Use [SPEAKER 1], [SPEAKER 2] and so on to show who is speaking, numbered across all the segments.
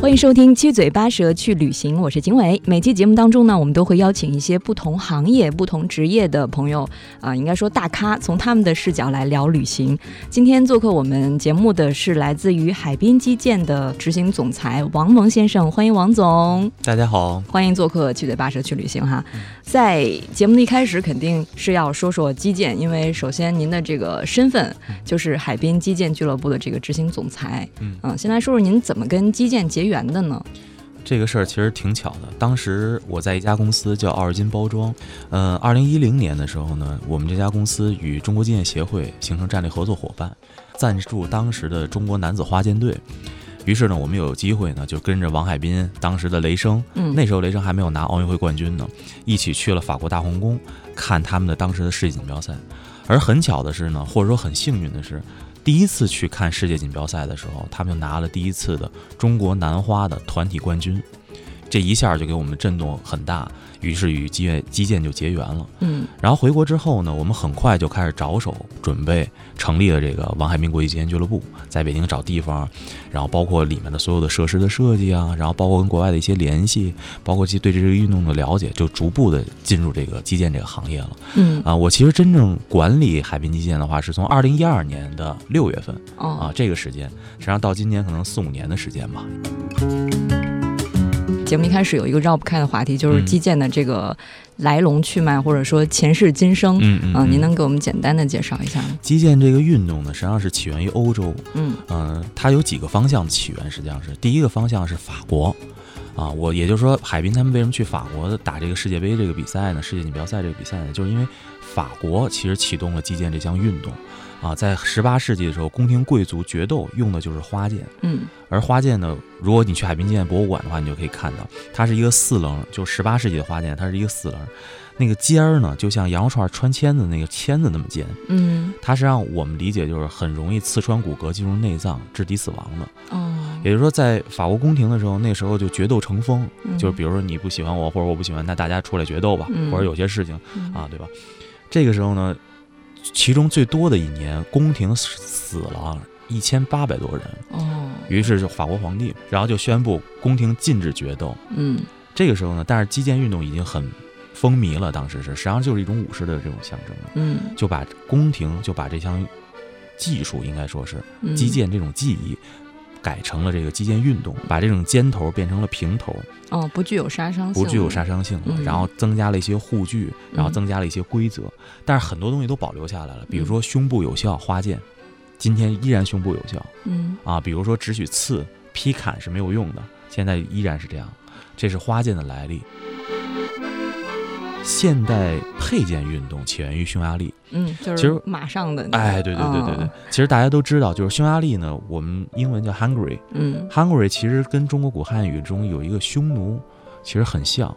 [SPEAKER 1] 欢迎收听《七嘴八舌去旅行》，我是景伟。每期节目当中呢，我们都会邀请一些不同行业、不同职业的朋友啊、应该说大咖，从他们的视角来聊旅行。今天做客我们节目的是来自于海滨基建的执行总裁王蒙先生，欢迎王总。
[SPEAKER 2] 大家好，
[SPEAKER 1] 欢迎做客七嘴八舌去旅行哈。在节目的一开始，肯定是要说说基建，因为首先您的这个身份就是海滨基建俱乐部的这个执行总裁。啊
[SPEAKER 2] 嗯
[SPEAKER 1] 先来说说您怎么跟基建结缘的呢？
[SPEAKER 2] 这个事儿其实挺巧的。当时我在一家公司叫奥尔金包装，呃，二零一零年的时候呢，我们这家公司与中国基建协会形成战略合作伙伴，赞助当时的中国男子花剑队。于是呢，我们有机会呢，就跟着王海滨当时的雷声，
[SPEAKER 1] 嗯，
[SPEAKER 2] 那时候雷声还没有拿奥运会冠军呢，一起去了法国大皇宫看他们的当时的世界锦标赛。而很巧的是呢，或者说很幸运的是，第一次去看世界锦标赛的时候，他们就拿了第一次的中国男花的团体冠军，这一下就给我们震动很大，于是与基建基建就结缘了。
[SPEAKER 1] 嗯
[SPEAKER 2] 然后回国之后呢，我们很快就开始着手准备成立了这个王海滨国际基建俱乐部，在北京找地方，然后包括里面的所有的设施的设计啊，然后包括跟国外的一些联系，包括其对这个运动的了解，就逐步的进入这个基建这个行业了
[SPEAKER 1] 嗯
[SPEAKER 2] 啊。我其实真正管理海滨基建的话，是从二零一二年的六月份啊
[SPEAKER 1] 哦，
[SPEAKER 2] 这个时间，实际上到今年可能四五年的时间吧。
[SPEAKER 1] 节目一开始有一个绕不开的话题，就是
[SPEAKER 2] 嗯
[SPEAKER 1] 基建的这个来龙去脉，或者说前世今生。
[SPEAKER 2] 嗯嗯
[SPEAKER 1] 啊
[SPEAKER 2] 嗯
[SPEAKER 1] 您能给我们简单的介绍一下吗？
[SPEAKER 2] 基建这个运动呢，实际上是起源于欧洲，
[SPEAKER 1] 嗯
[SPEAKER 2] 嗯，它有几个方向起源，实际上是第一个方向是法国，啊，我也就是说，海滨他们为什么去法国打这个世界杯这个比赛呢？世界锦标赛这个比赛呢，就是因为法国其实启动了击剑这项运动，啊，在十八世纪的时候，宫廷贵族决斗用的就是花剑，
[SPEAKER 1] 嗯
[SPEAKER 2] 而花剑呢，如果你去海滨剑博物馆的话，你就可以看到，它是一个四棱，就十八世纪的花剑，它是一个四棱，那个尖儿呢，就像羊肉串穿签子那个签子那么尖，
[SPEAKER 1] 嗯
[SPEAKER 2] 它是让我们理解就是很容易刺穿骨骼进入内脏致敌死亡的。
[SPEAKER 1] 哦，
[SPEAKER 2] 也就是说，在法国宫廷的时候，那时候就决斗成风，
[SPEAKER 1] 嗯
[SPEAKER 2] 就是比如说你不喜欢我，或者我不喜欢，那大家出来决斗吧，
[SPEAKER 1] 嗯
[SPEAKER 2] 或者有些事情
[SPEAKER 1] 嗯
[SPEAKER 2] 啊，对吧？这个时候呢，其中最多的一年，宫廷死死了一千八百多人，
[SPEAKER 1] 哦，
[SPEAKER 2] 于是就法国皇帝，然后就宣布宫廷禁止决斗。
[SPEAKER 1] 嗯
[SPEAKER 2] 这个时候呢，但是击剑运动已经很风靡了，当时是，实际上就是一种武士的这种象征了，
[SPEAKER 1] 嗯
[SPEAKER 2] 就把宫廷就把这项技术应该说是
[SPEAKER 1] 嗯，
[SPEAKER 2] 击剑这种技艺，改成了这个击剑运动，
[SPEAKER 1] 嗯
[SPEAKER 2] 把这种尖头变成了平头，
[SPEAKER 1] 哦，不具有杀伤性，
[SPEAKER 2] 不具有杀伤性了
[SPEAKER 1] 嗯
[SPEAKER 2] 然后增加了一些护具，然后
[SPEAKER 1] 嗯
[SPEAKER 2] 增加了一些规则，但是很多东西都保留下来了，比如说胸部有效花剑，今天依然胸部有效
[SPEAKER 1] 嗯
[SPEAKER 2] 啊，比如说只许刺劈砍是没有用的，现在依然是这样，这是花剑的来历。现代配剑运动起源于匈牙利，
[SPEAKER 1] 嗯，就
[SPEAKER 2] 其
[SPEAKER 1] 是
[SPEAKER 2] 实
[SPEAKER 1] 马上的那个，
[SPEAKER 2] 哎，对对对对对，其实大家都知道，就是匈牙利呢，我们英文叫 Hungary，
[SPEAKER 1] 嗯，
[SPEAKER 2] Hungary 其实跟中国古汉语中有一个匈奴，其实很像。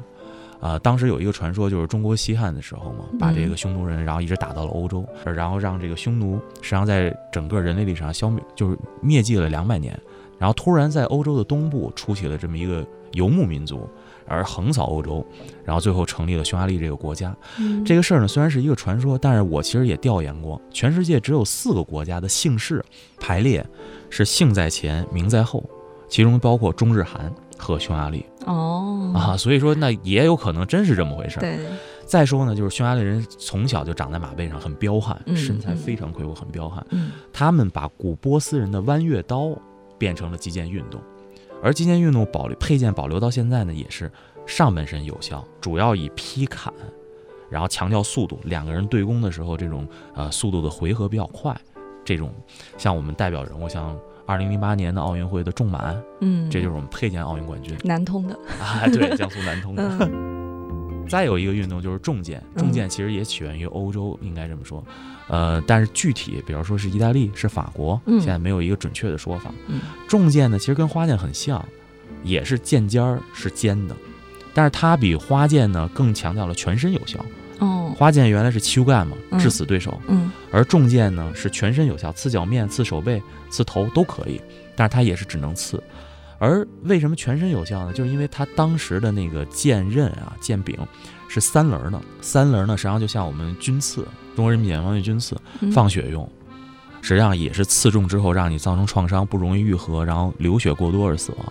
[SPEAKER 2] 啊、当时有一个传说，就是中国西汉的时候嘛，把这个匈奴人，然后一直打到了欧洲，然后让这个匈奴实际上在整个人类历史上消灭，就是灭迹了两百年。然后突然在欧洲的东部出起了这么一个游牧民族，而横扫欧洲，然后最后成立了匈牙利这个国家。
[SPEAKER 1] 嗯
[SPEAKER 2] 这个事儿呢，虽然是一个传说，但是我其实也调研过，全世界只有四个国家的姓氏排列是姓在前，名在后，其中包括中日韩和匈牙利
[SPEAKER 1] 哦
[SPEAKER 2] 啊，，所以说那也有可能真是这么回事儿。
[SPEAKER 1] 对，
[SPEAKER 2] 再说呢，就是匈牙利人从小就长在马背上，很彪悍，
[SPEAKER 1] 嗯
[SPEAKER 2] 身材
[SPEAKER 1] 嗯
[SPEAKER 2] 非常魁梧，很彪悍。
[SPEAKER 1] 嗯
[SPEAKER 2] 他们把古波斯人的弯月刀变成了击剑运动，而击剑运动保留配件保留到现在呢，也是上半身有效，主要以劈砍，然后强调速度。两个人对攻的时候，这种呃速度的回合比较快，这种像我们代表人物，像二零零八年的奥运会的仲满，
[SPEAKER 1] 嗯，
[SPEAKER 2] 这就是我们佩剑奥运冠 军
[SPEAKER 1] 南通的，
[SPEAKER 2] 啊，对，江苏南通的。
[SPEAKER 1] 嗯
[SPEAKER 2] 再有一个运动就是重剑，
[SPEAKER 1] 嗯
[SPEAKER 2] 重剑其实也起源于欧洲，应该这么说。呃，但是具体，比方说是意大利，是法国，
[SPEAKER 1] 嗯
[SPEAKER 2] 现在没有一个准确的说法。
[SPEAKER 1] 嗯
[SPEAKER 2] 重剑呢，其实跟花剑很像，也是剑尖儿是尖的，但是它比花剑呢更强调了全身有效，
[SPEAKER 1] 哦，
[SPEAKER 3] 花剑原来是七干嘛，
[SPEAKER 1] 嗯
[SPEAKER 3] 致死对手，
[SPEAKER 1] 嗯
[SPEAKER 3] 而重剑呢是全身有效，刺脚面、刺手背、刺头都可以，但是它也是只能刺。而为什么全身有效呢？就是因为它当时的那个剑刃啊、剑柄是三棱儿的，三棱儿呢实际上就像我们军刺，中国人民解放军军刺，
[SPEAKER 1] 嗯
[SPEAKER 3] 放血用，实际上也是刺中之后让你造成创伤，不容易愈合，然后流血过多而死亡。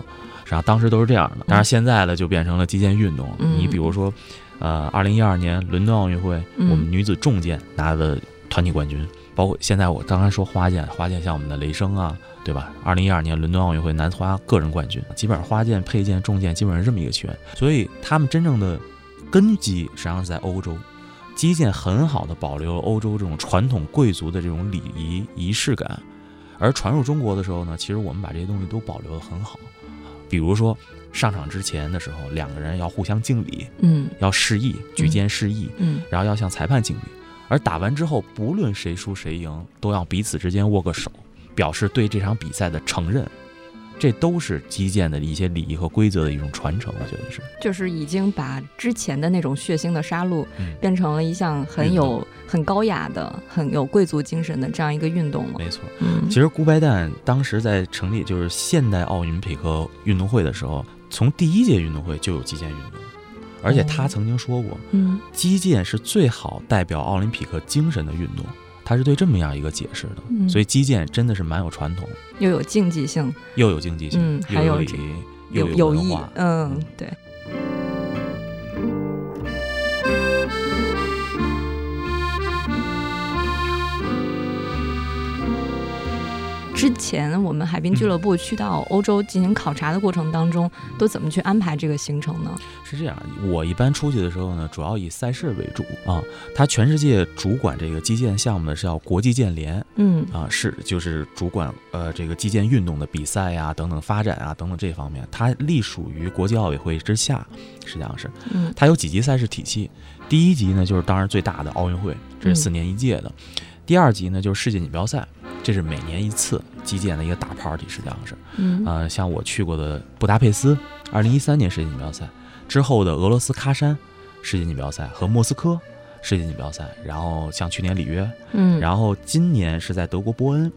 [SPEAKER 3] 实际上当时都是这样的，但是现在呢就变成了击剑运动了。
[SPEAKER 1] 嗯
[SPEAKER 3] 你比如说，呃，二零一二年伦敦奥运会，
[SPEAKER 1] 嗯
[SPEAKER 3] 我们女子重剑拿的团体冠军，包括现在我刚才说花剑，花剑像我们的雷声啊，对吧？二零一二年伦敦奥运会男花个人冠军，基本上花剑、佩剑、重剑基本上是这么一个起源，所以他们真正的根基实际上是在欧洲。击剑很好的保留了欧洲这种传统贵族的这种礼仪仪式感，而传入中国的时候呢，其实我们把这些东西都保留得很好。比如说上场之前的时候，两个人要互相敬礼，
[SPEAKER 1] 嗯
[SPEAKER 3] 要示意，举剑示意，
[SPEAKER 1] 嗯
[SPEAKER 3] 然后要向裁判敬礼。而打完之后，不论谁输谁赢，都要彼此之间握个手，表示对这场比赛的承认。这都是击剑的一些礼仪和规则的一种传承，我觉得是。
[SPEAKER 1] 就是已经把之前的那种血腥的杀戮
[SPEAKER 3] 嗯，
[SPEAKER 1] 变成了一项很有、很高雅的、很有贵族精神的这样一个运动了。
[SPEAKER 3] 没错。
[SPEAKER 1] 嗯
[SPEAKER 3] 其实顾拜旦当时在成立就是现代奥林匹克运动会的时候，从第一届运动会就有击剑运动，而且他曾经说过，
[SPEAKER 1] 嗯
[SPEAKER 3] 击剑是最好代表奥林匹克精神的运动，他是对这么样一个解释的。
[SPEAKER 1] 嗯，
[SPEAKER 3] 所以击剑真的是蛮有传统，
[SPEAKER 1] 又有竞技性，
[SPEAKER 3] 又有竞技性，
[SPEAKER 1] 嗯
[SPEAKER 3] 又
[SPEAKER 1] 还有
[SPEAKER 3] 礼
[SPEAKER 1] 这
[SPEAKER 3] 仪，
[SPEAKER 1] 有
[SPEAKER 3] 又文
[SPEAKER 1] 意
[SPEAKER 3] 化，。
[SPEAKER 1] 嗯，对。之前我们海滨俱乐部去到欧洲进行考察的过程当中，都怎么去安排这个行程呢？
[SPEAKER 3] 是这样，我一般出去的时候呢，主要以赛事为主啊。他全世界主管这个击剑项目的是叫国际剑联，
[SPEAKER 1] 嗯
[SPEAKER 3] 啊，是就是主管呃这个击剑运动的比赛呀、等等发展啊等等这方面，它隶属于国际奥委会之下，实际上是
[SPEAKER 1] 嗯
[SPEAKER 3] 它有几级赛事体系。第一级呢就是当然最大的奥运会，这是
[SPEAKER 1] 嗯
[SPEAKER 3] 四年一届的；第二级呢就是世界锦标赛，这是每年一次击剑的一个大 party，实际上是。
[SPEAKER 1] 嗯
[SPEAKER 3] 呃，像我去过的布达佩斯，二零一三年世界锦标赛之后的俄罗斯喀山世界锦标赛和莫斯科世界锦标赛，然后像去年里约。
[SPEAKER 1] 嗯，
[SPEAKER 3] 然后今年是在德国波恩，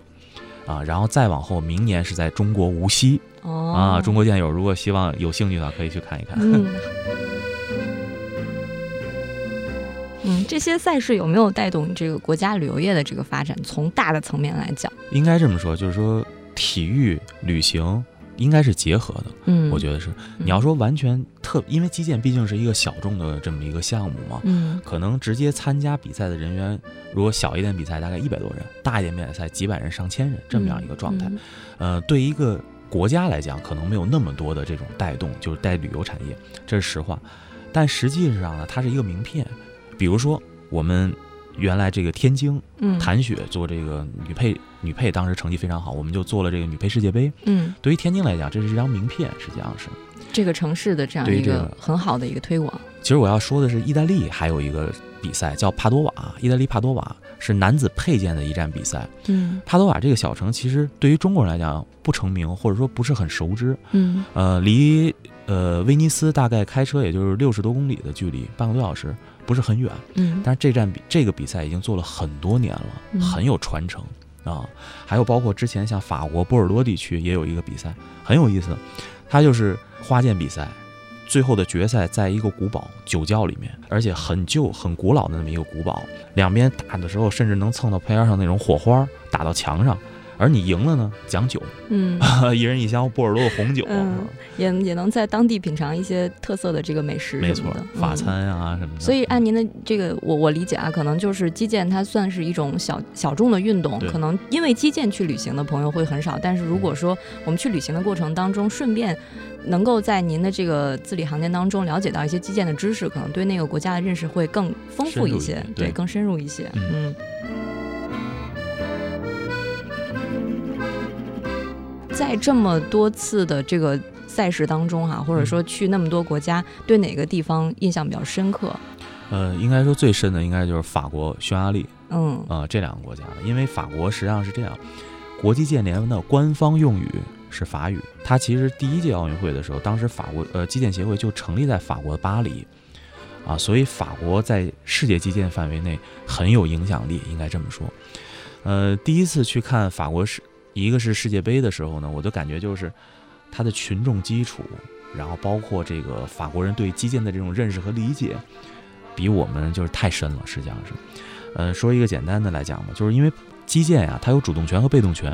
[SPEAKER 3] 啊，然后再往后明年是在中国无锡
[SPEAKER 1] 哦
[SPEAKER 3] 啊。中国剑友如果希望有兴趣的话，可以去看一看。
[SPEAKER 1] 嗯。嗯，这些赛事有没有带动这个国家旅游业的这个发展？从大的层面来讲，
[SPEAKER 3] 应该这么说，就是说体育旅行应该是结合的，
[SPEAKER 1] 嗯，
[SPEAKER 3] 我觉
[SPEAKER 1] 得，
[SPEAKER 3] 得是。你要说完全特，因为击剑毕竟是一个小众的这么一个项目嘛。
[SPEAKER 1] 嗯
[SPEAKER 3] 可能直接参加比赛的人员，如果小一点比赛大概一百多人，大一点比赛几百人、上千人这么样一个状态。
[SPEAKER 1] 嗯
[SPEAKER 3] 呃，对一个国家来讲，可能没有那么多的这种嗯带动，就是带旅游产业，这是实话。但实际上呢，它是一个名片。比如说，我们原来这个天津
[SPEAKER 1] 嗯，
[SPEAKER 3] 谭雪做这个女配，女配当时成绩非常好，我们就做了这个女配世界杯。
[SPEAKER 1] 嗯，
[SPEAKER 3] 对于天津来讲，这是一张名片，实际上是。
[SPEAKER 1] 这个城市的这样
[SPEAKER 3] 对
[SPEAKER 1] 一
[SPEAKER 3] 这
[SPEAKER 1] 个
[SPEAKER 3] 个
[SPEAKER 1] 很好的一个推广，
[SPEAKER 3] 其实我要说的是，意大利还有一个比赛叫帕多瓦，意大利帕多瓦是男子佩剑的一站比赛。
[SPEAKER 1] 嗯
[SPEAKER 3] 帕多瓦这个小城其实对于中国人来讲不成名，或者说不是很熟知。
[SPEAKER 1] 嗯
[SPEAKER 3] 呃，离呃威尼斯大概开车也就是六十多公里的距离，半个多小时，不是很远。
[SPEAKER 1] 嗯
[SPEAKER 3] 但是这站比这个比赛已经做了很多年
[SPEAKER 1] 嗯
[SPEAKER 3] 了，很有传承啊。还有包括之前像法国波尔多地区也有一个比赛，很有意思，它就是花剑比赛。最后的决赛在一个古堡酒窖里面，而且很旧、很古老的那么一个古堡，两边打的时候甚至能蹭到边上那种火花打到墙上，而你赢了呢，奖酒，
[SPEAKER 1] 嗯，
[SPEAKER 3] 一人一箱波尔多的红酒，
[SPEAKER 1] 嗯也也能在当地品尝一些特色的这个美食
[SPEAKER 3] 没
[SPEAKER 1] 什
[SPEAKER 3] 错
[SPEAKER 1] 么的，
[SPEAKER 3] 法。
[SPEAKER 1] 嗯
[SPEAKER 3] 餐啊什么的。
[SPEAKER 1] 所以，按您的这个，我我理解啊，可能就是击剑，它算是一种小小众的运动。
[SPEAKER 3] 对
[SPEAKER 1] 可能因为击剑去旅行的朋友会很少，但是如果说我们去旅行的过程当中，顺便能够在您的这个字里行间当中了解到一些击剑的知识，可能对那个国家的认识会更丰富一
[SPEAKER 3] 深入一，
[SPEAKER 1] 些
[SPEAKER 3] 点
[SPEAKER 1] 对，
[SPEAKER 3] 对
[SPEAKER 1] 更深入一些。嗯
[SPEAKER 3] 嗯。
[SPEAKER 1] 在这么多次的这个赛事当中哈、啊或
[SPEAKER 3] 嗯
[SPEAKER 1] 者说去那么多国家，对哪个地方印象比较深刻？
[SPEAKER 3] 呃，应该说最深的应该就是法国、匈牙利
[SPEAKER 1] 嗯
[SPEAKER 3] 啊、呃这两个国家了，因为法国实际上是这样，国际剑联的官方用语是法语。它其实第一届奥运会的时候，当时法国呃击剑协会就成立在法国的巴黎，啊，所以法国在世界击剑范围内很有影响力，应该这么说。呃，第一次去看法国是一个是世界杯的时候呢，我就感觉就是它的群众基础，然后包括这个法国人对击剑的这种认识和理解，比我们就是太深了，实际上是。呃，说一个简单的来讲吧，就是因为击剑呀、它有主动权和被动权。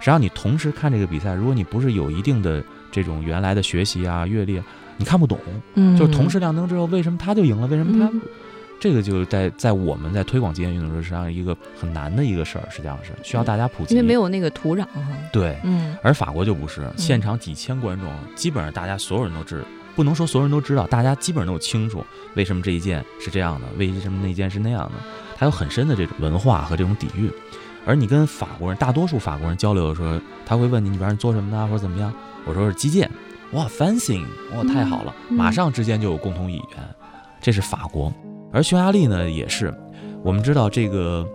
[SPEAKER 3] 实际上，你同时看这个比赛，如果你不是有一定的这种原来的学习啊、阅历啊，你看不懂。
[SPEAKER 1] 嗯，
[SPEAKER 3] 就是同时亮灯之后，为什么他就赢了？为什么他？
[SPEAKER 1] 嗯
[SPEAKER 3] 这个就是在在我们在推广极限运动的时候，实际上一个很难的一个事儿，实际上是需要大家普及。
[SPEAKER 1] 嗯因为没有那个土壤哈，
[SPEAKER 3] 对，
[SPEAKER 1] 嗯
[SPEAKER 3] 而法国就不是，现场几千观众，基本上大家所有人都知，不能说所有人都知道，大家基本上都清楚为什么这一件是这样的，为什么那件是那样的，它有很深的这种文化和这种底蕴。而你跟法国人，大多数法国人交流的时候，他会问你，你比方说你做什么的啊，或者怎么样？我说是击剑，哇，fencing，哇，太好了，
[SPEAKER 1] 嗯
[SPEAKER 3] 马上之间就有共同语言，这是法国。而匈牙利呢，也是，我们知道这个，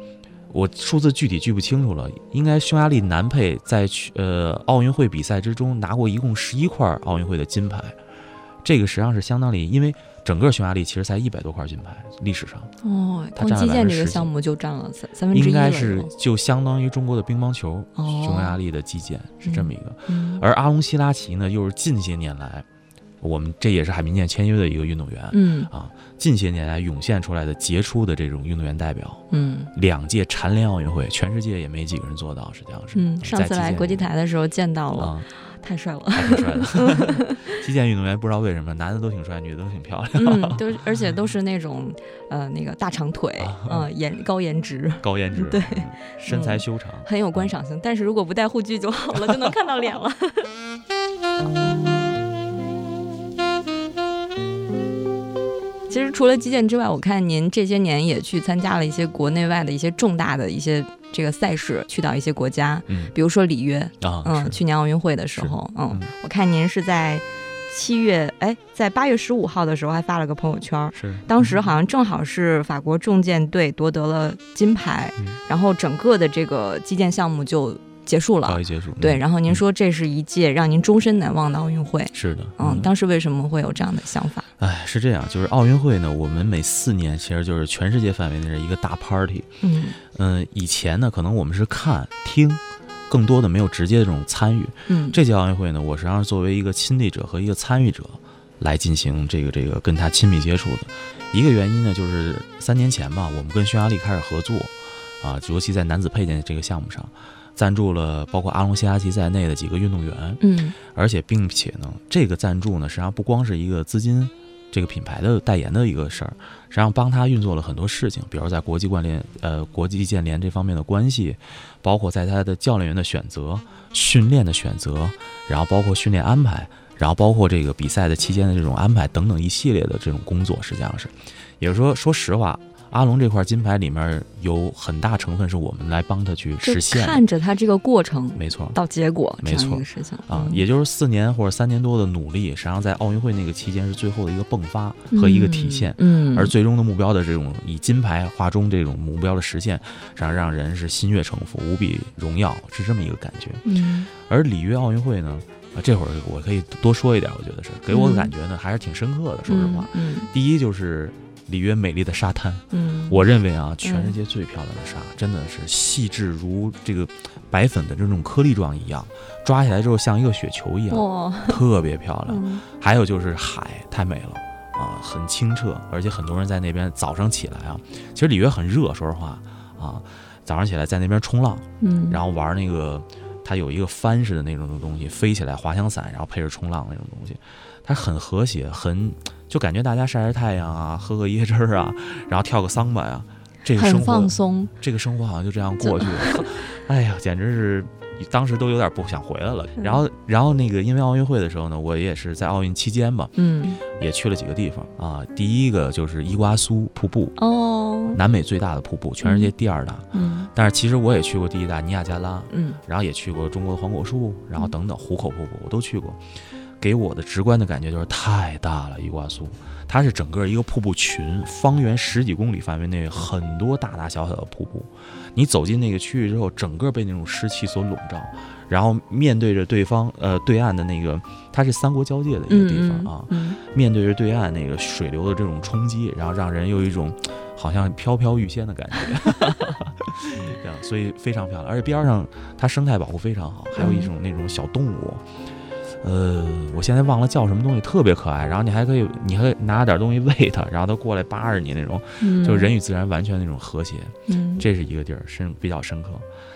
[SPEAKER 3] 我数字具体记不清楚了，应该匈牙利男配在去呃奥运会比赛之中拿过一共十一块奥运会的金牌，这个实际上是相当于，因为整个匈牙利其实才一百多块金牌，历史上
[SPEAKER 1] 哦，
[SPEAKER 3] 它
[SPEAKER 1] 光
[SPEAKER 3] 占了
[SPEAKER 1] 击剑这
[SPEAKER 3] 10%
[SPEAKER 1] 个项目就占了三三分之
[SPEAKER 3] 应
[SPEAKER 1] 一了
[SPEAKER 3] 该
[SPEAKER 1] 哦，
[SPEAKER 3] 是就相当于中国的乒乓球，
[SPEAKER 1] 哦
[SPEAKER 3] 匈牙利的击剑是这么一个。
[SPEAKER 1] 嗯
[SPEAKER 3] 而阿隆西拉奇呢，又是近些年来，我们这也是海明剑签约的一个运动员，
[SPEAKER 1] 嗯
[SPEAKER 3] 近些年来涌现出来的杰出的这种运动员代表。
[SPEAKER 1] 嗯
[SPEAKER 3] 两届蝉联奥运会，全世界也没几个人做到，实际上是。
[SPEAKER 1] 嗯，上
[SPEAKER 3] 在
[SPEAKER 1] 次
[SPEAKER 3] 击剑
[SPEAKER 1] 来国际
[SPEAKER 3] 运动
[SPEAKER 1] 台的时候见到了，
[SPEAKER 3] 啊，
[SPEAKER 1] 太帅了。
[SPEAKER 3] 还挺帅 的。击剑运动员不知道为什么，男的都挺帅，女的都挺漂亮，
[SPEAKER 1] 嗯，都是而且都是那种，呃，那个大长腿，
[SPEAKER 3] 啊
[SPEAKER 1] 嗯、颜高颜值，
[SPEAKER 3] 高颜值，
[SPEAKER 1] 对
[SPEAKER 3] 嗯身材修长。
[SPEAKER 1] 很有观赏性。但是如果不戴护具就好了，就能看到脸了。其实除了击剑之外，我看您这些年也去参加了一些国内外的一些重大的一些这个赛事，去到一些国家，
[SPEAKER 3] 嗯
[SPEAKER 1] 比如说里约，
[SPEAKER 3] 啊，
[SPEAKER 1] 嗯，
[SPEAKER 3] 是
[SPEAKER 1] 去年奥运会的时候，嗯
[SPEAKER 3] 嗯，
[SPEAKER 1] 我看您是在七月，哎，在八月十五号的时候还发了个朋友圈儿，
[SPEAKER 3] 是，嗯
[SPEAKER 1] 当时好像正好是法国重剑队夺得了金牌，
[SPEAKER 3] 嗯
[SPEAKER 1] 然后整个的这个击剑项目就结束了。
[SPEAKER 3] 高一结束。
[SPEAKER 1] 对，
[SPEAKER 3] 嗯，
[SPEAKER 1] 然后您说这是一届让您终身难忘的奥运会，
[SPEAKER 3] 是的，
[SPEAKER 1] 嗯，当时为什么会有这样的想法？
[SPEAKER 3] 哎，是这样，就是奥运会呢，我们每四年其实就是全世界范围内的一个大 party。
[SPEAKER 1] 嗯
[SPEAKER 3] 嗯，以前呢，可能我们是看听，更多的没有直接的这种参与。
[SPEAKER 1] 嗯，
[SPEAKER 3] 这届奥运会呢，我实际上是作为一个亲历者和一个参与者来进行这个这个跟他亲密接触的。一个原因呢，就是三年前吧，我们跟匈牙利开始合作，啊，尤其在男子佩剑这个项目上，赞助了包括阿隆西亚奇在内的几个运动员，
[SPEAKER 1] 嗯
[SPEAKER 3] 而且并且呢，这个赞助呢，实际上不光是一个资金。这个品牌的代言的一个事儿，实际上帮他运作了很多事情，比如在国际冠联、呃国际剑联这方面的关系，包括在他的教练员的选择、训练的选择，然后包括训练安排，然后包括这个比赛的期间的这种安排等等一系列的这种工作，实际上是，也就是说，说实话，阿龙这块金牌里面有很大成分是我们来帮他去
[SPEAKER 1] 就
[SPEAKER 3] 实现的，
[SPEAKER 1] 看着他这个过程
[SPEAKER 3] 没错
[SPEAKER 1] 到结果这
[SPEAKER 3] 没
[SPEAKER 1] 样一
[SPEAKER 3] 错
[SPEAKER 1] 个事情
[SPEAKER 3] 啊，
[SPEAKER 1] 嗯
[SPEAKER 3] 也就是四年或者三年多的努力，实际上在奥运会那个期间是最后的一个迸发和一个体现。
[SPEAKER 1] 嗯，
[SPEAKER 3] 而最终的目标的这种以金牌画中这种目标的实现，实际上让人是心悦诚服、无比荣耀，是这么一个感觉。
[SPEAKER 1] 嗯
[SPEAKER 3] 而里约奥运会呢，啊，这会儿我可以多说一点，我觉得是给我的
[SPEAKER 1] 嗯
[SPEAKER 3] 感觉呢还是挺深刻的。说实话，，
[SPEAKER 1] 嗯
[SPEAKER 3] 第一就是里约美丽的沙滩，
[SPEAKER 1] 嗯，
[SPEAKER 3] 我认为啊，全世界最漂亮的沙，真的是细致如这个白粉的这种颗粒状一样，抓起来之后像一个雪球一样，
[SPEAKER 1] 哇，
[SPEAKER 3] 特别漂亮。
[SPEAKER 1] 嗯
[SPEAKER 3] 还有就是海太美了。啊，很清澈，而且很多人在那边早上起来啊，其实里约很热，说实话啊，早上起来在那边冲浪，
[SPEAKER 1] 嗯，
[SPEAKER 3] 然后玩那个，它有一个帆式的那种东西，飞起来滑翔伞，然后配着冲浪那种东西，它很和谐，很就感觉大家晒晒太阳啊，喝个椰汁儿啊，然后跳个桑巴呀、这个
[SPEAKER 1] 很
[SPEAKER 3] 生活
[SPEAKER 1] 放，松，
[SPEAKER 3] 这个生活好像就这样
[SPEAKER 1] 怎
[SPEAKER 3] 过去了。 哎呀，简直是。当时都有点不想回来了，然后，然后那个因为奥运会的时候呢，我也是在奥运期间吧，
[SPEAKER 1] 嗯
[SPEAKER 3] 也去了几个地方啊。第一个就是伊瓜苏瀑布，
[SPEAKER 1] 哦，
[SPEAKER 3] 南美最大的瀑布，全世界第二大。
[SPEAKER 1] 嗯
[SPEAKER 3] 但是其实我也去过第一大尼亚加拉，
[SPEAKER 1] 嗯
[SPEAKER 3] 然后也去过中国的黄果树，然后等等湖口瀑布我都去过，给我的直观的感觉就是太大了，伊瓜苏，它是整个一个瀑布群，方圆十几公里范围
[SPEAKER 1] 嗯
[SPEAKER 3] 内很多大大小小的瀑布，你走进那个区域之后，整个被那种湿气所笼罩，然后面对着对方呃对岸的那个，它是三国交界的一个地方啊，
[SPEAKER 1] 嗯
[SPEAKER 3] 面对着对岸那个水流的这种冲击，然后让人有一种好像飘飘欲仙的感觉，这样，所以非常漂亮。而且边儿上它生态保护非常好，还有一种那种小动物，呃，我现在忘了叫什么东西，特别可爱。然后你还可以，你还拿点东西喂它，然后它过来扒着你那种，
[SPEAKER 1] 嗯，
[SPEAKER 3] 就是人与自然完全那种和谐。
[SPEAKER 1] 嗯，
[SPEAKER 3] 这是一个地儿深比较深刻。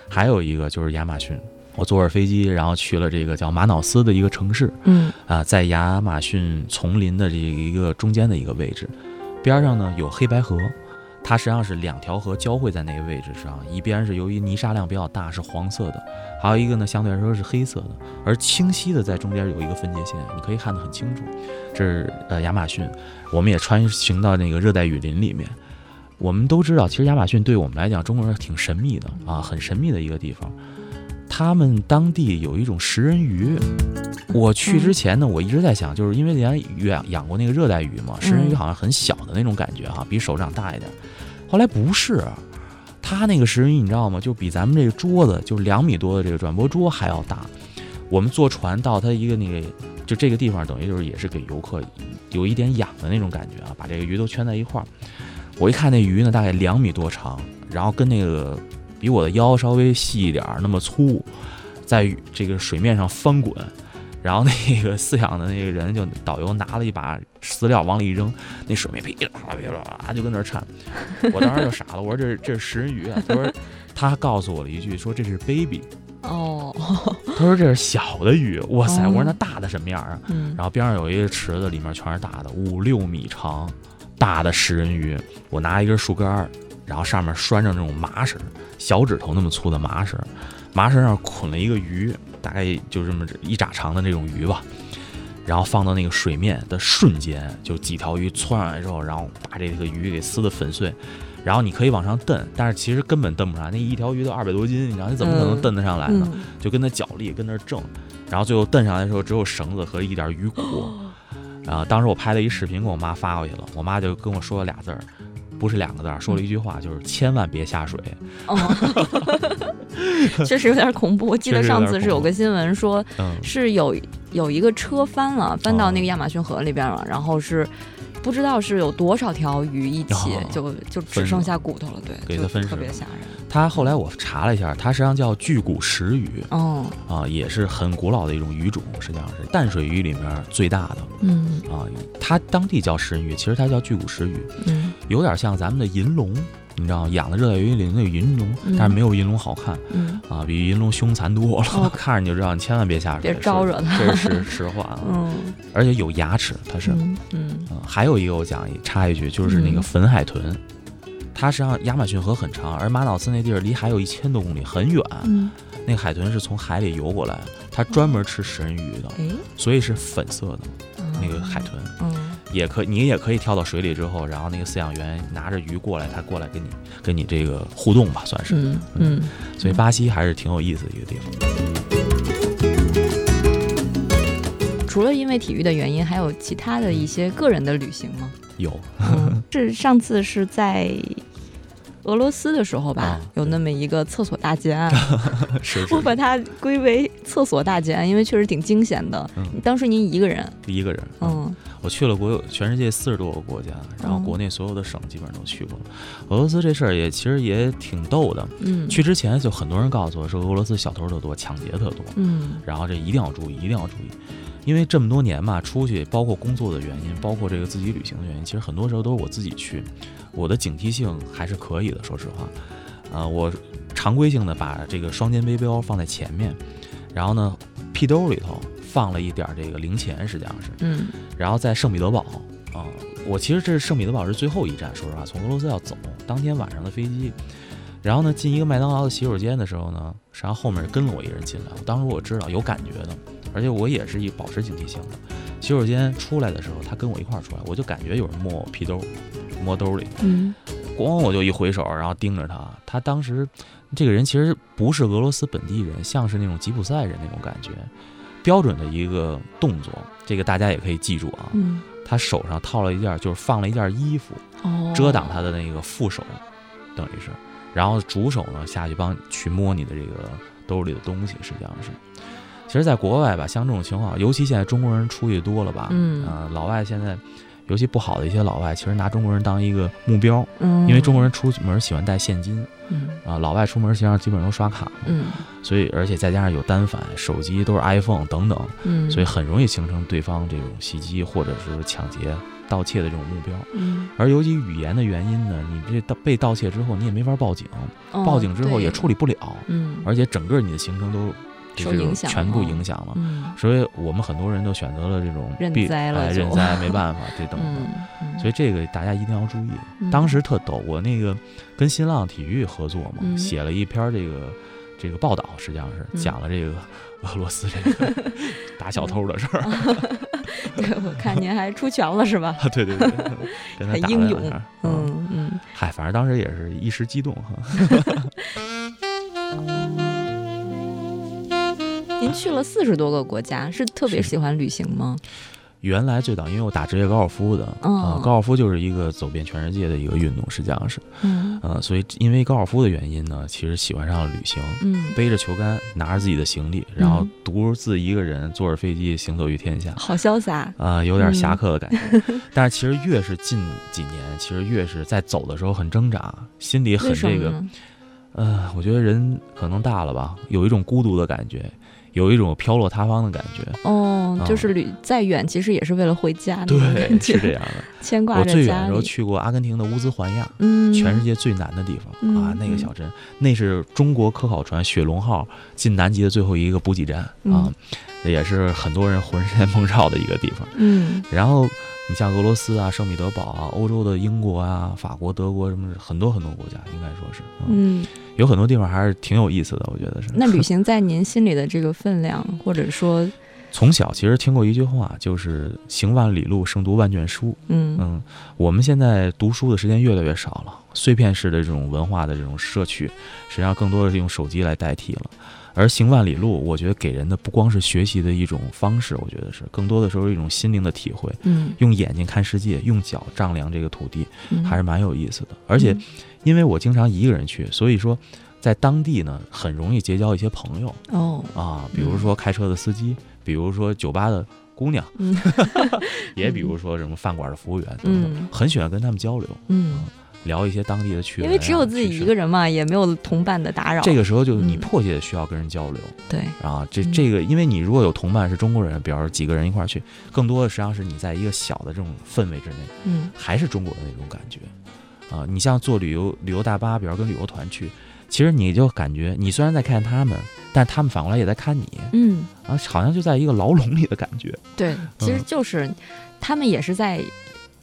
[SPEAKER 3] 还有一个就是亚马逊，我坐着飞机然后去了这个叫马瑙斯的一个城市，
[SPEAKER 1] 嗯
[SPEAKER 3] 啊，在亚马逊丛林的这一个中间的一个位置，边上呢有黑白河，它实际上是两条河交汇在那个位置上，一边是由于泥沙量比较大是黄色的，还有一个呢相对来说是黑色的，而清晰的在中间有一个分界线，你可以看得很清楚。这是呃亚马逊，我们也穿行到那个热带雨林里面。我们都知道，其实亚马逊对我们来讲，中国人挺神秘的啊，很神秘的一个地方。他们当地有一种食人鱼，我去之前呢，我一直在想，就是因为人家养养过那个热带鱼嘛，食人鱼好像很小的那种感觉哈、比手掌大一点。后来不是，它那个食人鱼你知道吗？就比咱们这个桌子就两米多的这个转播桌还要大。我们坐船到它一个那个，就这个地方等于就是也是给游客有一点养的那种感觉啊，把这个鱼都圈在一块儿。我一看那鱼呢，大概两米多长，然后跟那个比我的腰稍微细一点儿，那么粗，在这个水面上翻滚。然后那个饲养的那个人就导游拿了一把饲料往里一扔，那水面噼里啪啦噼里啪啦就跟那儿颤，我当时就傻了，我说这是这是食人鱼啊！他说他告诉我了一句，说这是 baby，
[SPEAKER 1] 哦，
[SPEAKER 3] 他说这是小的鱼，哇塞！
[SPEAKER 1] 哦
[SPEAKER 3] 我说那大的什么样啊？
[SPEAKER 1] 嗯
[SPEAKER 3] 然后边上有一个池子，里面全是大的，五六米长，大的食人鱼。我拿一根树干儿，然后上面拴着那种麻绳，小指头那么粗的麻绳，麻绳上捆了一个鱼，大概就这么一拃长的那种鱼吧。然后放到那个水面的瞬间，就几条鱼窜上来之后，然后把这个鱼给撕得粉碎。然后你可以往上蹬，但是其实根本蹬不上来，那一条鱼都二百多斤，你知道你怎么可能
[SPEAKER 1] 嗯
[SPEAKER 3] 蹬得上来呢？
[SPEAKER 1] 嗯，
[SPEAKER 3] 就跟他角力，跟那儿挣，然后最后蹬上来的时候只有绳子和一点鱼骨。啊，当时我拍了一视频给我妈发过去了，我妈就跟我说了俩字儿，不是两个字儿，说了一句话，就是千万别下水。
[SPEAKER 1] 哦，确实有点恐怖。我记得
[SPEAKER 3] 确实有
[SPEAKER 1] 上
[SPEAKER 3] 点
[SPEAKER 1] 次是有
[SPEAKER 3] 恐怖
[SPEAKER 1] 个新闻说，
[SPEAKER 3] 嗯，
[SPEAKER 1] 是有有一个车翻了，翻到那个亚马逊河里边了，然后是不知道是有多少条鱼一起，
[SPEAKER 3] 哦
[SPEAKER 1] 就就
[SPEAKER 3] 分
[SPEAKER 1] 只
[SPEAKER 3] 了
[SPEAKER 1] 剩下骨头了，对，
[SPEAKER 3] 给
[SPEAKER 1] 就
[SPEAKER 3] 它分食
[SPEAKER 1] 特
[SPEAKER 3] 了
[SPEAKER 1] 别吓人。
[SPEAKER 3] 它后来我查了一下，它实际上叫巨骨石鱼
[SPEAKER 1] 哦，
[SPEAKER 3] 啊，也是很古老的一种鱼种，实际上是淡水鱼里面最大的
[SPEAKER 1] 嗯
[SPEAKER 3] 啊。它当地叫食人鱼，其实它叫巨骨石鱼，
[SPEAKER 1] 嗯
[SPEAKER 3] 有点像咱们的银龙，你知道吗养的热带雨林那个银龙
[SPEAKER 1] 嗯，
[SPEAKER 3] 但是没有银龙好看。
[SPEAKER 1] 嗯，
[SPEAKER 3] 啊，比银龙凶残多了，
[SPEAKER 1] 哦
[SPEAKER 3] 看着就知道，你千万别下水，
[SPEAKER 1] 别招惹
[SPEAKER 3] 它，这是实实话啊。
[SPEAKER 1] 嗯
[SPEAKER 3] 而且有牙齿，它是。
[SPEAKER 1] 嗯嗯
[SPEAKER 3] 嗯还有一个我讲一插一句，就是那个
[SPEAKER 1] 嗯
[SPEAKER 3] 粉海豚，它实际上亚马逊河很长，而马瑙斯那地儿离海有一千多公里，很远。
[SPEAKER 1] 嗯，
[SPEAKER 3] 那个海豚是从海里游过来，它专门吃食人鱼的，
[SPEAKER 1] 哎，
[SPEAKER 3] 所以是粉色的那个海豚。
[SPEAKER 1] 嗯
[SPEAKER 3] 也可你也可以跳到水里之后，然后那个饲养员拿着鱼过来，它过来跟你跟你这个互动吧，算是。
[SPEAKER 1] 嗯嗯，
[SPEAKER 3] 所以巴西还是挺有意思的一个地方。
[SPEAKER 1] 除了因为体育的原因，还有其他的一些个人的旅行吗？
[SPEAKER 3] 有
[SPEAKER 1] 嗯， 是上次是在俄罗斯的时候吧，
[SPEAKER 3] 啊
[SPEAKER 1] 有那么一个厕所大劫 案，
[SPEAKER 3] 是是
[SPEAKER 1] 我把它归为厕所大劫案，因为确实挺惊险的。
[SPEAKER 3] 嗯
[SPEAKER 1] 当时您一个人，
[SPEAKER 3] 一个人。，
[SPEAKER 1] 嗯
[SPEAKER 3] 我去了国有全世界四十多个国家，然后
[SPEAKER 1] 嗯
[SPEAKER 3] 国内所有的省基本上都去过了。俄罗斯这事儿也其实也挺逗的。
[SPEAKER 1] 嗯，
[SPEAKER 3] 去之前就很多人告诉我说，俄罗斯小偷特多，抢劫特多，
[SPEAKER 1] 嗯
[SPEAKER 3] 然后这一定要注意，一定要注意。因为这么多年嘛，出去包括工作的原因，包括这个自己旅行的原因，其实很多时候都是我自己去，我的警惕性还是可以的。说实话，啊、我常规性的把这个双肩背包放在前面，然后呢，屁兜里头放了一点儿这个零钱，实际上是，
[SPEAKER 1] 嗯
[SPEAKER 3] 然后在圣彼得堡啊、我其实这是圣彼得堡是最后一站，说实话，从俄罗斯要走，当天晚上的飞机。然后呢，进一个麦当劳的洗手间的时候呢，实际上后面跟了我一人进来，我当时我知道有感觉的，而且我也是一保持警惕性的。洗手间出来的时候，他跟我一块儿出来，我就感觉有人摸我皮兜，摸兜里，
[SPEAKER 1] 嗯
[SPEAKER 3] 咣我就一回手，然后盯着他。他当时这个人其实不是俄罗斯本地人，像是那种吉普赛人那种感觉，标准的一个动作，这个大家也可以记住啊。
[SPEAKER 1] 嗯，
[SPEAKER 3] 他手上套了一件，就是放了一件衣服
[SPEAKER 1] 哦，
[SPEAKER 3] 遮挡他的那个副手，等于是，然后主手呢下去帮去摸你的这个兜里的东西，实际上是。其实，在国外吧，像这种情况，尤其现在中国人出去多了吧，
[SPEAKER 1] 嗯
[SPEAKER 3] 呃老外现在，尤其不好的一些老外，其实拿中国人当一个目标，
[SPEAKER 1] 嗯，
[SPEAKER 3] 因为中国人出门喜欢带现金
[SPEAKER 1] 嗯
[SPEAKER 3] 啊、老外出门实际上基本上都刷卡嘛，
[SPEAKER 1] 嗯
[SPEAKER 3] 所以而且再加上有单反、手机都是 iPhone 等等，
[SPEAKER 1] 嗯，
[SPEAKER 3] 所以很容易形成对方这种袭击或者是抢劫、盗窃的这种目标。
[SPEAKER 1] 嗯，
[SPEAKER 3] 而由于语言的原因呢，你这盗被盗窃之后，你也没法报警，
[SPEAKER 1] 哦
[SPEAKER 3] 报警之后也
[SPEAKER 1] 对
[SPEAKER 3] 处理不了，
[SPEAKER 1] 嗯，
[SPEAKER 3] 而且整个你的行程都就
[SPEAKER 1] 受
[SPEAKER 3] 是
[SPEAKER 1] 影响
[SPEAKER 3] 全部
[SPEAKER 1] 了
[SPEAKER 3] 影响了。
[SPEAKER 1] 嗯
[SPEAKER 3] 所以我们很多人都选择了这种
[SPEAKER 1] 认
[SPEAKER 3] 避
[SPEAKER 1] 栽了
[SPEAKER 3] 哎
[SPEAKER 1] 就
[SPEAKER 3] 认栽没办法，这等等。
[SPEAKER 1] 嗯，嗯
[SPEAKER 3] 所以这个大家一定要注意。当时特逗，我那个跟新浪体育合作嘛，
[SPEAKER 1] 嗯
[SPEAKER 3] 写了一篇这个这个报道，实际上是
[SPEAKER 1] 嗯
[SPEAKER 3] 讲了这个俄罗斯这 个打小偷的事儿。
[SPEAKER 1] 对嗯 我看您还出拳了是吧？
[SPEAKER 3] 啊对对 对，跟他
[SPEAKER 1] 很
[SPEAKER 3] 打
[SPEAKER 1] 英
[SPEAKER 3] 了两
[SPEAKER 1] 勇
[SPEAKER 3] 下。 嗯，
[SPEAKER 1] 嗯嗯，
[SPEAKER 3] 嗨，反正当时也是一时激动哈。
[SPEAKER 1] 嗯您去了四十多个国家，是特别
[SPEAKER 3] 是
[SPEAKER 1] 喜欢旅行吗？
[SPEAKER 3] 原来最早因为我打职业高尔夫的，啊、
[SPEAKER 1] 嗯
[SPEAKER 3] 高尔夫就是一个走遍全世界的一个运动，实际上是，
[SPEAKER 1] 嗯
[SPEAKER 3] 呃，所以因为高尔夫的原因呢，其实喜欢上了旅行，
[SPEAKER 1] 嗯，
[SPEAKER 3] 背着球杆，拿着自己的行李，然后
[SPEAKER 1] 嗯
[SPEAKER 3] 独自一个人坐着飞机行走于天下。
[SPEAKER 1] 好潇洒，
[SPEAKER 3] 啊、有点侠
[SPEAKER 1] 嗯
[SPEAKER 3] 客的感觉， 但是其实越是近几年，其实越是在走的时候很挣扎，心里很
[SPEAKER 1] 为什
[SPEAKER 3] 这
[SPEAKER 1] 么
[SPEAKER 3] 个，
[SPEAKER 1] 呢？
[SPEAKER 3] 呃，我觉得人可能大了吧，有一种孤独的感觉，有一种飘落他方的感 觉，
[SPEAKER 1] 哦，就
[SPEAKER 3] 啊
[SPEAKER 1] 是旅再远，其实也是为了回家的
[SPEAKER 3] 对，
[SPEAKER 1] 感
[SPEAKER 3] 是这
[SPEAKER 1] 觉，
[SPEAKER 3] 样的。
[SPEAKER 1] 牵挂
[SPEAKER 3] 我
[SPEAKER 1] 着
[SPEAKER 3] 最远的
[SPEAKER 1] 家
[SPEAKER 3] 时候
[SPEAKER 1] 里。
[SPEAKER 3] 去过阿根廷的乌兹怀亚，
[SPEAKER 1] 嗯，
[SPEAKER 3] 全世界最难的地方、
[SPEAKER 1] 嗯
[SPEAKER 3] 啊，那个
[SPEAKER 1] 嗯
[SPEAKER 3] 小镇，那是中国科考船雪龙号进南极的最后一个补给站啊
[SPEAKER 1] 嗯，
[SPEAKER 3] 也是很多人浑身梦绕的一个地方。
[SPEAKER 1] 嗯
[SPEAKER 3] 然后你像俄罗斯啊、圣彼得堡啊、欧洲的英国啊、法国、德国什么的很多很多国家，应该说是，嗯，
[SPEAKER 1] 嗯，
[SPEAKER 3] 有很多地方还是挺有意思的，我觉得是。
[SPEAKER 1] 那旅行在您心里的这个分量，或者说，
[SPEAKER 3] 从小其实听过一句话，就是“行万里路，胜读万卷书”。
[SPEAKER 1] 嗯
[SPEAKER 3] 嗯，我们现在读书的时间越来越少了，碎片式的这种文化的这种摄取，实际上更多的是用手机来代替了。而行万里路，我觉得给人的不光是学习的一种方式，我觉得是更多的时候是一种心灵的体会，
[SPEAKER 1] 嗯，
[SPEAKER 3] 用眼睛看世界，用脚丈量这个土地，
[SPEAKER 1] 嗯
[SPEAKER 3] 还是蛮有意思的。而且，因为我经常一个人去，所以说在当地呢，很容易结交一些朋友
[SPEAKER 1] 嗯哦，
[SPEAKER 3] 啊，比如说开车的司机，比如说酒吧的姑娘，
[SPEAKER 1] 嗯
[SPEAKER 3] 也比如说什么饭馆的服务员等等。
[SPEAKER 1] 嗯
[SPEAKER 3] 很喜欢跟他们交流，
[SPEAKER 1] 嗯，
[SPEAKER 3] 聊一些当地的趣闻啊、
[SPEAKER 1] 因为只有自己一个
[SPEAKER 3] 人，
[SPEAKER 1] 人嘛，也没有同伴的打扰。
[SPEAKER 3] 这个时候就是你
[SPEAKER 1] 嗯
[SPEAKER 3] 迫切的需要跟人交流、
[SPEAKER 1] 对，
[SPEAKER 3] 啊。这
[SPEAKER 1] 嗯
[SPEAKER 3] 这个，因为你如果有同伴是中国人，比方说几个人一块儿去，更多的实际上是你在一个小的这种氛围之内，
[SPEAKER 1] 嗯
[SPEAKER 3] 还是中国的那种感觉啊。你像坐旅游旅游大巴，比方跟旅游团去，其实你就感觉你虽然在看他们，但他们反过来也在看你
[SPEAKER 1] 嗯，
[SPEAKER 3] 啊，好像就在一个牢笼里的感觉。
[SPEAKER 1] 对，其实就是他们也是在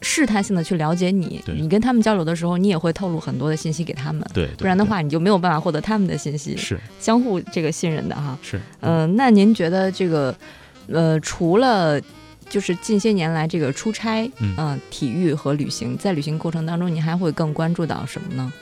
[SPEAKER 1] 试探性的去了解你，
[SPEAKER 3] 对
[SPEAKER 1] 你跟他们交流的时候，你也会透露很多的信息给他们。
[SPEAKER 3] 对，
[SPEAKER 1] 不然的话，你就没有办法获得他们的信息，
[SPEAKER 3] 是
[SPEAKER 1] 相互这个信任的哈。
[SPEAKER 3] 是
[SPEAKER 1] 嗯、那您觉得这个，呃，除了就是近些年来这个出差，
[SPEAKER 3] 嗯
[SPEAKER 1] 呃体育和旅行，在旅行过程当中，您还会更关注到什么呢？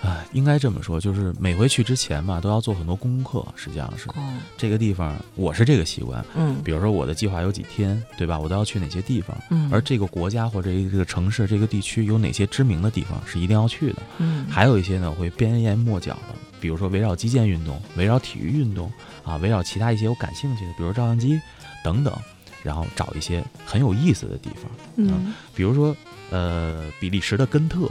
[SPEAKER 3] 啊，应该这么说，就是每回去之前吧，都要做很多功课，实际上是。
[SPEAKER 1] 哦，
[SPEAKER 3] 这个地方，我是这个习惯。
[SPEAKER 1] 嗯
[SPEAKER 3] 比如说我的计划有几天，对吧？我都要去哪些地方，
[SPEAKER 1] 嗯，
[SPEAKER 3] 而这个国家或者这个城市、这个地区有哪些知名的地方是一定要去的。
[SPEAKER 1] 嗯，
[SPEAKER 3] 还有一些呢，我会边沿末脚的，比如说围绕击剑运动、围绕体育运动啊，围绕其他一些我感兴趣的，比如照相机等等，然后找一些很有意思的地方。
[SPEAKER 1] 嗯
[SPEAKER 3] 比如说，呃，比利时的根特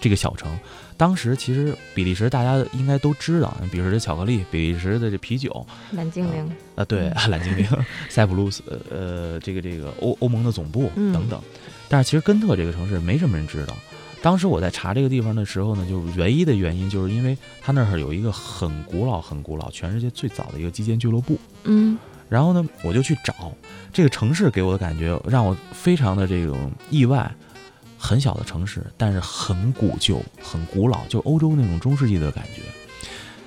[SPEAKER 3] 这个小城，当时其实比利时大家应该都知道，比利时的巧克力、比利时的这啤酒
[SPEAKER 1] 蓝精灵，
[SPEAKER 3] 啊，对， 蓝精灵、塞浦路斯，呃呃，这个这个欧欧盟的总部
[SPEAKER 1] 嗯
[SPEAKER 3] 等等。但是其实根特这个城市没什么人知道。当时我在查这个地方的时候呢，就是唯一的原因，就是因为它那儿有一个很古老、很古老，全世界最早的一个击剑俱乐部。
[SPEAKER 1] 嗯
[SPEAKER 3] 然后呢，我就去找这个城市给我的感觉，让我非常的这种意外。很小的城市，但是很古旧、很古老，就欧洲那种中世纪的感觉。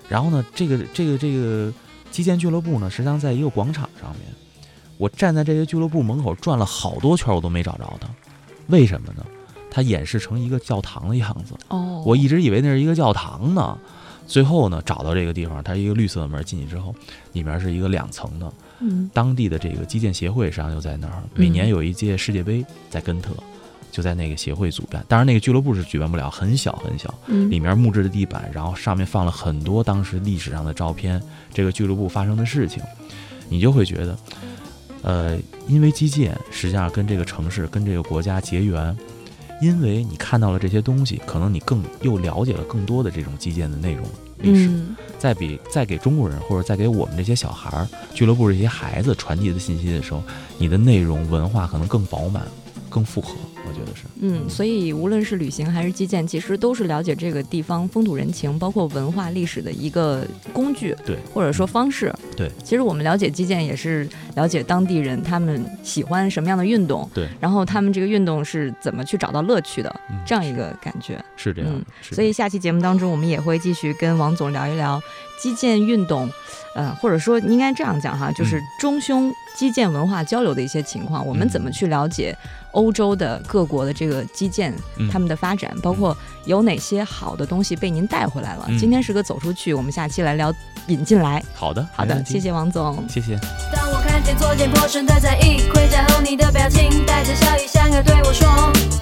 [SPEAKER 3] 然后呢，这个这个这个击剑俱乐部呢，实际上在一个广场上面。我站在这个俱乐部门口转了好多圈，我都没找着它。为什么呢？它演示成一个教堂的样子，
[SPEAKER 1] 哦，
[SPEAKER 3] 我一直以为那是一个教堂呢。最后呢，找到这个地方，它一个绿色的门进去之后，里面是一个两层的，
[SPEAKER 1] 嗯
[SPEAKER 3] 当地的这个击剑协会实际上就在那儿，每年有一届世界杯在根特，就在那个协会举办。当然，那个俱乐部是举办不了，很小很小，
[SPEAKER 1] 嗯
[SPEAKER 3] 里面木质的地板，然后上面放了很多当时历史上的照片，这个俱乐部发生的事情，你就会觉得，呃，因为击剑实际上跟这个城市、跟这个国家结缘。因为你看到了这些东西，可能你更又了解了更多的这种击剑的内容、历史。
[SPEAKER 1] 嗯
[SPEAKER 3] 再比再给中国人或者再给我们这些小孩儿、俱乐部这些孩子传递的信息的时候，你的内容文化可能更饱满、更复合，我觉得是。
[SPEAKER 1] 嗯，所以无论是旅行还是击剑，其实都是了解这个地方风土人情，包括文化历史的一个工具，
[SPEAKER 3] 对，
[SPEAKER 1] 或者说方式。
[SPEAKER 3] 对，
[SPEAKER 1] 其实我们了解击剑也是了解当地人他们喜欢什么样的运动，
[SPEAKER 3] 对，
[SPEAKER 1] 然后他们这个运动是怎么去找到乐趣的，
[SPEAKER 3] 嗯
[SPEAKER 1] 这样一个感觉。
[SPEAKER 3] 是这样的
[SPEAKER 1] 嗯，
[SPEAKER 3] 是
[SPEAKER 1] 所
[SPEAKER 3] 这
[SPEAKER 1] 以
[SPEAKER 3] 样
[SPEAKER 1] 下期节目当中，我们也会继续跟王总聊一聊击剑运动，呃，或者说应该这样讲哈，就是
[SPEAKER 3] 嗯
[SPEAKER 1] 中匈击剑文化交流的一些情况，我们
[SPEAKER 3] 嗯
[SPEAKER 1] 怎么去了解欧洲的各国的这个击剑
[SPEAKER 3] 嗯
[SPEAKER 1] 他们的发展，包括有哪些好的东西被您带回来了。
[SPEAKER 3] 嗯
[SPEAKER 1] 今天是个走出去，我们下期来聊引进来。
[SPEAKER 3] 好的，
[SPEAKER 1] 好
[SPEAKER 3] 没
[SPEAKER 1] 的，
[SPEAKER 3] 问题
[SPEAKER 1] 谢，谢王总。
[SPEAKER 3] 谢谢。
[SPEAKER 4] 当我看见作茧破身的战役，盔甲和你的表情带着笑意，像个对我说：“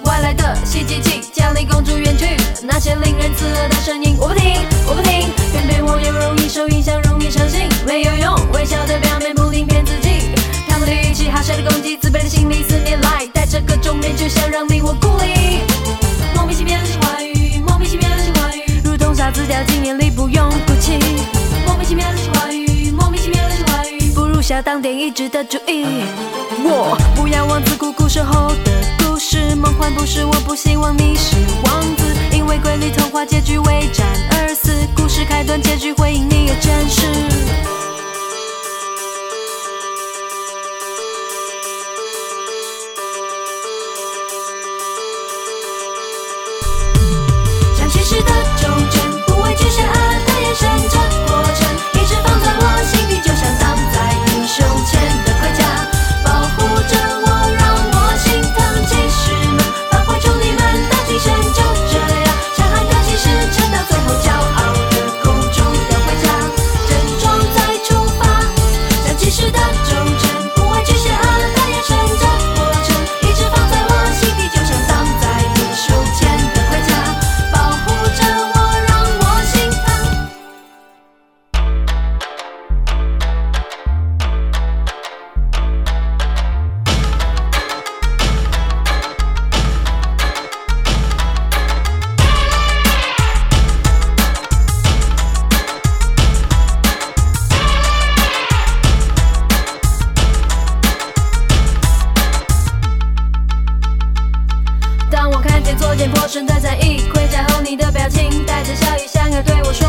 [SPEAKER 4] 外来的袭击器将你公主远去。”那些令人刺耳的声音，我不听，我不听，偏偏我又容易受影响，容易相信没有用，微笑的表面不停骗自己。他们的语气，哈下的攻击，自卑的心理，四年来带着各种面具，想让你我孤立。莫名其妙的些话语，莫名其妙的些话语，如同傻子掉进眼里，不用哭泣。莫名其妙的些话语，莫名其妙的些话语，不如下当点一直的注意。我不要王子，故故事后的故事，梦幻不是，我不希望你是王子，因为瑰丽童话结局为战而死，故事开端结局回应你的真实。向现实的忠贞，不畏惧险恶的眼神，这过程一直放在我心底，就像挡在英雄前的盔甲，保护着我，让我心疼。骑士们，发挥出你们的精神，就这样，强悍的骑士撑到最后，骄傲的公主要回家，珍重再出发。向骑士的忠贞，不畏惧险恶的眼神，这过程一直放在我心底，就像挡在英雄前的盔甲。保护着我，让我心疼。当我看见作茧破身的战役，盔甲后你的表情带着笑意，像要对我说：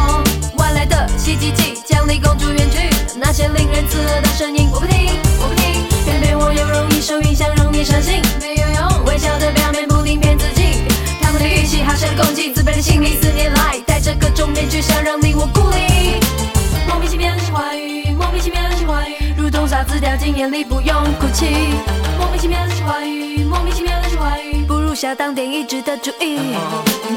[SPEAKER 4] 外来的袭击器将你公主远去。那些令人刺耳的声音，我不听，我不听，偏偏我又容易受影响，容易相信没有用，微笑的表面不停骗自己。他们的语气，哈下的攻击，自卑的心理，四年来戴着各种面具，想让你我孤立。莫名其妙的些话语，莫名其妙的些话语，如同傻子掉进眼里，不用哭泣。莫名其妙的些话语，莫名其妙的些话语，不如下当点一直的注意。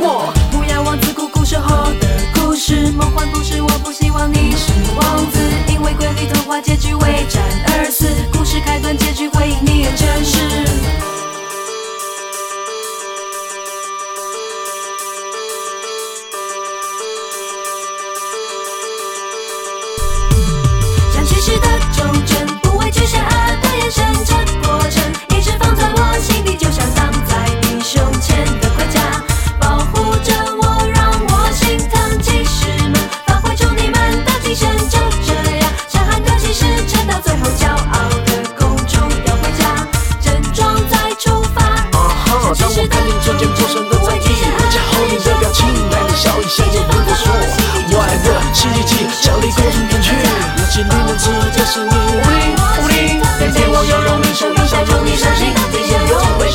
[SPEAKER 4] 我不要王子，故故事后的故事，梦幻故事，我不希望你是王子，因为瑰丽童话结局为战而死，故事开端结局回应你的真实。向现实的忠贞，不畏惧险恶的眼神，这过程一直放在我心底，就像挡在你胸前的盔甲，保护着我，让我心疼。骑士们，发挥出你们的精神，就这样，强悍的骑士撑到最后，骄傲的公主要回家，珍重再出发。
[SPEAKER 5] 啊哈！当我看见这件破身的战役，回家后你的表情带着笑意，像着对我说：“我爱的奇迹机，奖励公主远去。”那些令人刺耳的声音，我不听，我不听，偏偏我又容易受影响，容易相信，没有用微